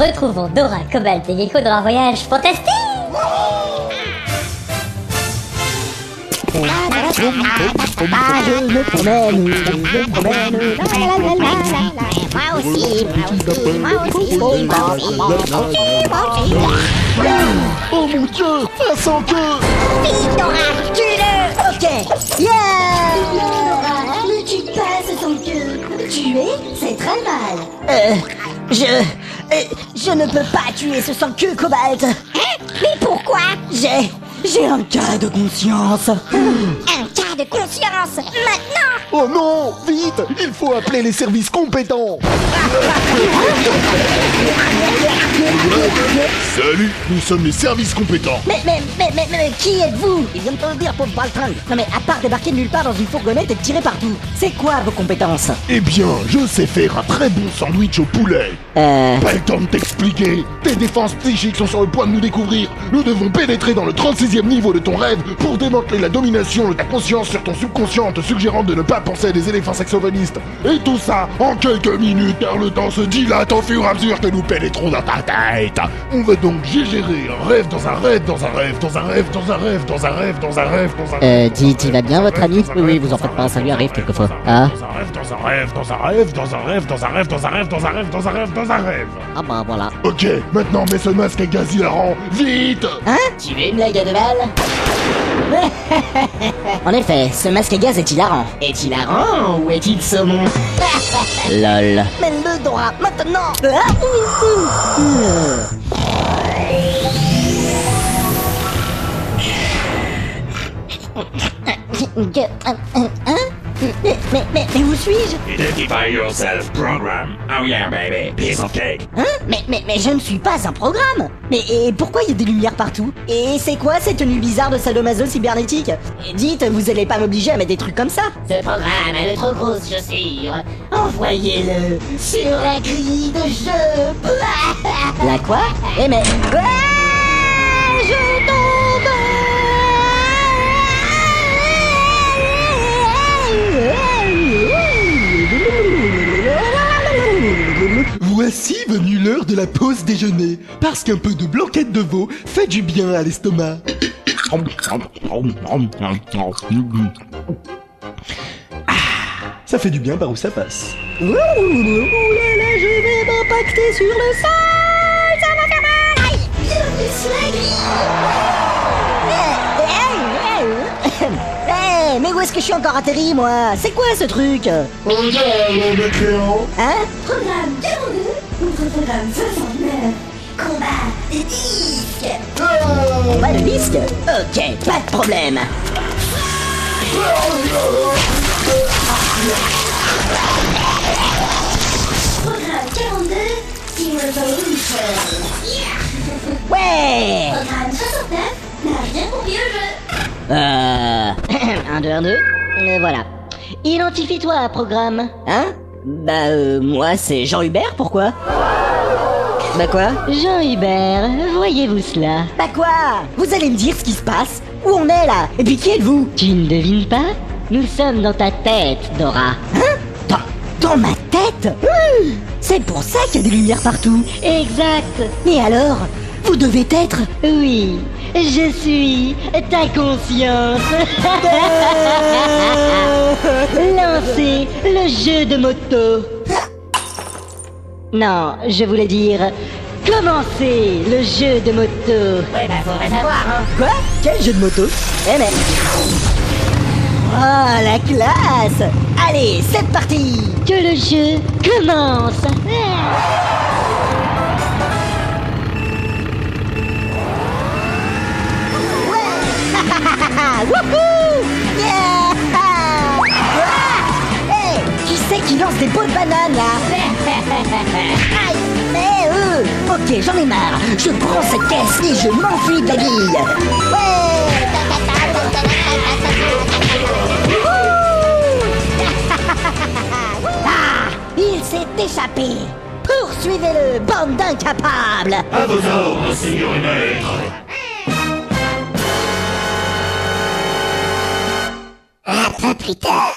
Retrouvons Dora, Cobalt et Gecko dans leur voyage fantastique Ah, je me promène, je me promène. Moi aussi, moi aussi, moi aussi, moi aussi, moi aussi, moi aussi. Oh mon dieu, un sans queue Vite, Dora, tue-le Ok, yeah Plus tu passes ton queue, plus tu es, c'est très mal. Euh, je... euh, je ne peux pas tuer ce sans-queue, Cobalt Hein Mais pourquoi J'ai... j'ai un cas de conscience Un cas de conscience Maintenant Oh non, vite, il faut appeler les services compétents Salut, nous sommes les services compétents mais, mais, mais, mais, mais, mais qui êtes-vous Il vient de te le dire, pauvre baltringue Non mais, à part débarquer de nulle part dans une fourgonnette et tirer partout, c'est quoi vos compétences Eh bien, je sais faire un très bon sandwich au poulet Euh... Pas le temps de t'expliquer Tes défenses psychiques sont sur le point de nous découvrir Nous devons pénétrer dans le 36e niveau de ton rêve pour démanteler la domination de ta conscience sur ton subconscient en te suggérant de ne pas penser à des éléphants saxophonistes Et tout ça en quelques minutes car le temps se dilate au fur et à mesure que nous pénétrons dans ta tête On va donc gérer un rêve dans un rêve dans un rêve dans un rêve dans un rêve dans un rêve dans un rêve dans un Euh, dites, il va bien, votre ami Oui, oui, vous en faites pas, ça lui arrive quelquefois. Ah. Dans un rêve, dans un rêve, dans un rêve, dans un rêve, dans un rêve, dans un rêve, dans un rêve, dans un rêve, dans un rêve. Ah bah voilà. Ok, maintenant mets ce masque à gaz hilarant, vite Hein? Tu veux une blague à deux balles En effet, ce masque à gaz est hilarant. Est-il marrant ou est-il saumon LOL. Mène-le, Dora, maintenant Hein? Que- Hein mais, mais, mais, mais où suis-je Identify yourself program. Oh yeah, baby. Piece of cake. Hein mais, mais, mais je ne suis pas un programme Mais et pourquoi il y a des lumières partout Et c'est quoi cette tenue bizarre de sadomaso cybernétique Et Dites, vous allez pas m'obliger à mettre des trucs comme ça Ce programme a de trop grosses chaussures. Envoyez-le sur la grille de jeu. La quoi Eh mais... Quoi Je tombe Voici venue l'heure de la pause déjeuner, parce qu'un peu de blanquette de veau fait du bien à l'estomac. Ah, Ça fait du bien par où ça passe. Ouh là là, je vais m'impacter sur le sol Ça va faire mal Aïe Bienvenue sur la grille Eh, eh, eh. Eh, mais où est-ce que je suis encore atterri, moi C'est quoi ce truc Hein Programme 42, notre programme 69. Combat des disques. Combat de disque Ok, pas de problème Programme 42, Team Revolution. Ouais Programme 69, n'a rien compris au jeu. Euh... 1, 2, 1, 2... Euh, Voilà. Identifie-toi, programme Hein Bah, euh, moi, c'est Jean Hubert, pourquoi Bah quoi Jean Hubert, voyez-vous cela Bah quoi Vous allez me dire ce qui se passe Où on est là Et puis qui êtes-vous Tu ne devines pas Nous sommes dans ta tête, Dora. Hein dans, dans ma tête Hum, C'est pour ça qu'il y a des lumières partout Exact Mais alors Vous devez être Oui, je suis ta conscience. Euh. Lancez le jeu de moto. Non, je voulais dire, commencez le jeu de moto. Ouais, bah, faudrait savoir, hein. Quoi Quel jeu de moto Eh ben. mais... Oh, la classe Allez, c'est parti Que le jeu commence. Eh. Ah, wouhou Yeah Ah Eh, Qui c'est qui lance des bonnes bananes, là Aïe Mais eux Ok, j'en ai marre Je prends cette caisse et je m'enfuis de la grille Ouais Ah Il s'est échappé Poursuivez-le, bande d'incapables À vos ordres, seigneur et maître. Ah, Attrape plus tard.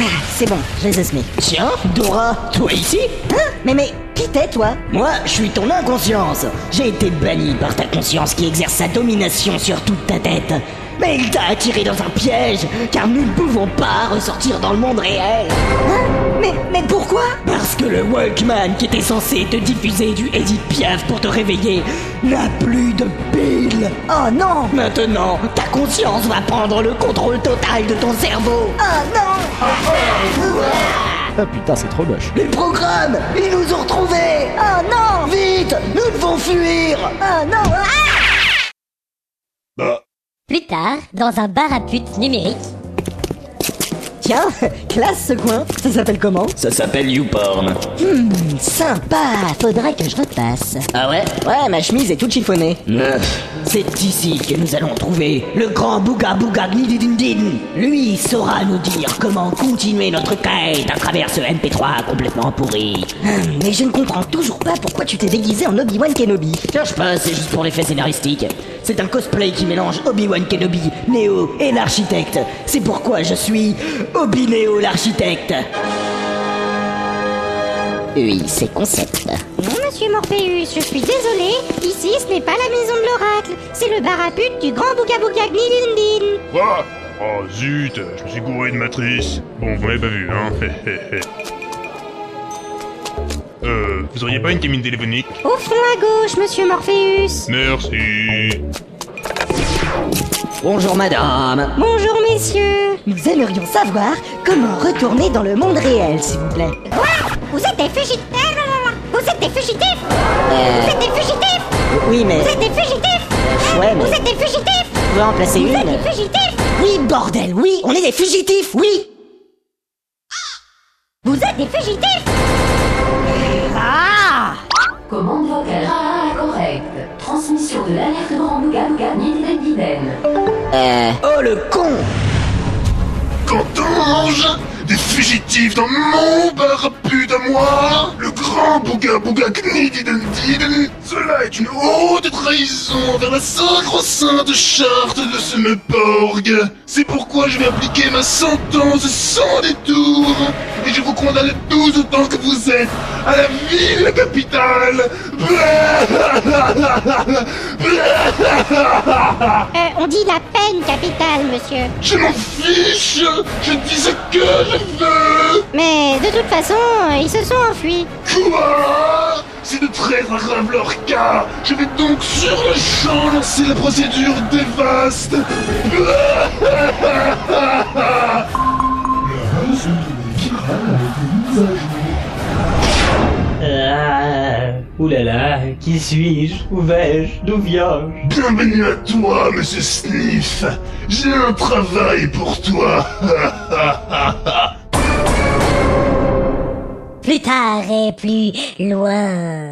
Ah, c'est bon, je les ai semés. Tiens, Dora, toi ici Hein Mais mais, qui t'es toi Moi, je suis ton inconscience. J'ai été banni par ta conscience qui exerce sa domination sur toute ta tête. Mais il t'a attiré dans un piège, car nous ne pouvons pas ressortir dans le monde réel. Hein Mais, mais pourquoi Parce que le Walkman qui était censé te diffuser du Edith Piaf pour te réveiller n'a plus de pile. Oh non Maintenant, ta conscience va prendre le contrôle total de ton cerveau. Oh non Ah putain, c'est trop moche. Les programmes, ils nous ont retrouvés. Oh non Vite, nous devons fuir. Oh non Ah Bah, Plus tard, dans un bar à putes numérique, Tiens, classe ce coin, ça s'appelle comment Hmm, Ça s'appelle YouPorn. Sympa, faudrait que je repasse. Ah ouais Ouais, ma chemise est toute chiffonnée. C'est ici que nous allons trouver le grand Bouga Bouga Gnididindin. Lui saura nous dire comment continuer notre quête à travers ce MP3 complètement pourri. Hum, Mais je ne comprends toujours pas pourquoi tu t'es déguisé en Obi-Wan Kenobi. Cherche pas, c'est juste pour l'effet scénaristique. C'est un cosplay qui mélange Obi-Wan Kenobi, Neo et l'architecte. C'est pourquoi je suis Obi-Neo l'architecte. Oui, c'est concept. Non, monsieur Morpheus, je suis désolé. Ici, ce n'est pas la maison de l'oracle. C'est le bar à putes du grand Bouga Bouga Gnidindin. Quoi Oh zut, je me suis gouré de matrice. Bon, vous m'avez pas vu, hein hé, hé, hé. Euh, vous auriez pas une cabine téléphonique Au fond à gauche, monsieur Morpheus. Merci. Bonjour madame. Bonjour, messieurs. Nous aimerions savoir comment retourner dans le monde réel, s'il vous plaît. Quoi Vous êtes des fugitifs Vous êtes des fugitifs Vous êtes des fugitifs Oui, mais Vous êtes des fugitifs Ouais, mais- Vous êtes des fugitifs je veux en placer Vous êtes des une. fugitifs Oui, bordel, oui, on est des fugitifs, oui Vous êtes des fugitifs Commande vocale rara correcte. Transmission de l'alerte Grand Bouga Bouga Nidendiden. Oh le con Qu'entends-je Des fugitifs dans mon barbut à moi Le grand bouga bouga gnididendidin Cela est une haute trahison envers la sacro-sainte charte de ce meborg C'est pourquoi je vais appliquer ma sentence sans détour Et je vous condamne tous autant que vous êtes à la ville capitale Euh, on dit la peine capitale, monsieur. Je m'en fiche Je dis ce que je veux Mais de toute façon, euh, ils se sont enfuis. Quoi C'est de très grave leur cas Je vais donc sur le champ lancer la procédure dévaste Bienvenue à toi, monsieur Sniff J'ai un travail pour toi Plus tard et plus loin.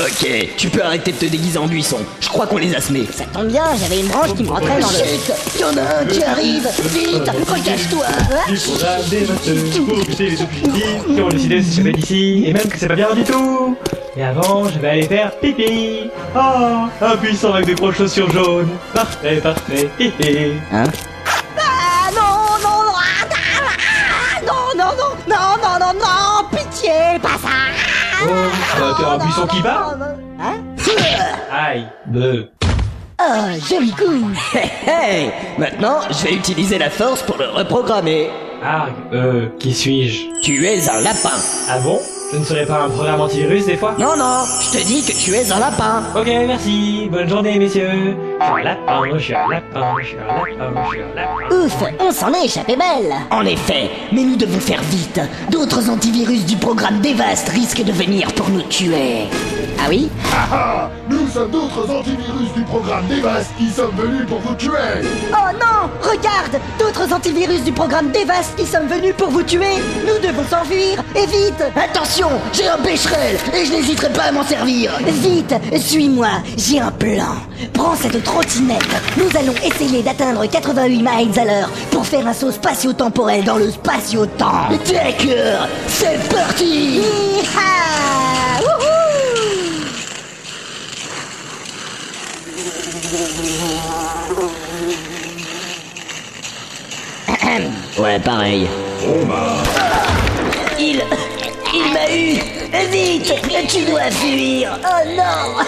Ok, tu peux arrêter de te déguiser en buisson. Je crois qu'on les a semés. Ça Tant bien, j'avais une branche qui me rentrait dans le... Chut Y'en a un qui arrive Vite Recache-toi Il faudra des matheux pour buter les objectifs qui ont décidé de s'échapper d'ici, et même que c'est pas bien du tout Mais avant, je vais aller faire pipi Oh Un buisson avec des grosses chaussures jaunes Parfait, parfait, hé hé Ah non, non, non, ah, ah, ah, non, non, non, non, non, non, non, pitié, pas ça Oh, euh, t'as un buisson qui bat Hein Aïe, bleu Oh, joli coup Hey, hey Maintenant, je vais utiliser la force pour le reprogrammer. Arg, euh, qui suis-je Tu es un lapin. Ah bon Je ne serais pas un programme antivirus des fois Non, non, je te dis que tu es un lapin. Ok, merci, bonne journée messieurs Je suis un lapin, je suis un lapin, je suis un lapin, je suis un lapin Ouf, on s'en est échappé belle En effet, mais nous devons faire vite. D'autres antivirus du programme Dévaste risquent de venir pour nous tuer. Ah oui Ah Nous sommes d'autres antivirus du programme Dévaste qui sommes venus pour vous tuer Oh non Regarde D'autres antivirus du programme Devast qui sont venus pour vous tuer Nous devons s'enfuir Et vite Attention J'ai un pêcherel et je n'hésiterai pas à m'en servir Vite Suis-moi J'ai un plan Prends cette trottinette Nous allons essayer d'atteindre 88 miles à l'heure pour faire un saut spatio-temporel dans le spatio-temps D'accord C'est parti Hi-ha Wouhou Ouais, pareil. Il. Il m'a eu Vite Tu dois fuir Oh non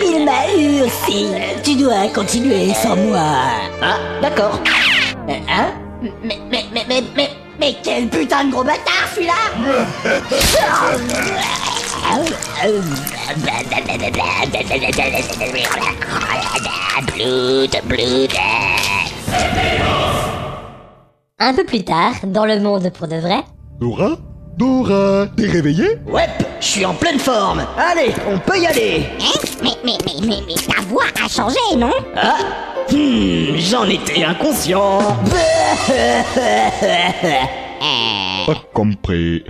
Il m'a eu aussi Tu dois continuer sans moi Ah, d'accord Euh, Hein mais, mais, mais, mais, mais, mais quel putain de gros bâtard celui-là Un peu plus tard, dans le monde pour de vrai. Dora Dora T'es réveillée Ouais, je suis en pleine forme. Allez, on peut y aller. Hein? Mais, mais, mais, mais, mais ta voix a changé, non Ah Hmm, j'en étais inconscient. Pas compris.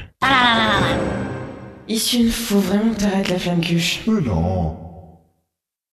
Il s'il faut vraiment que t'arrêtes la flamme cuche. Mais Euh, non.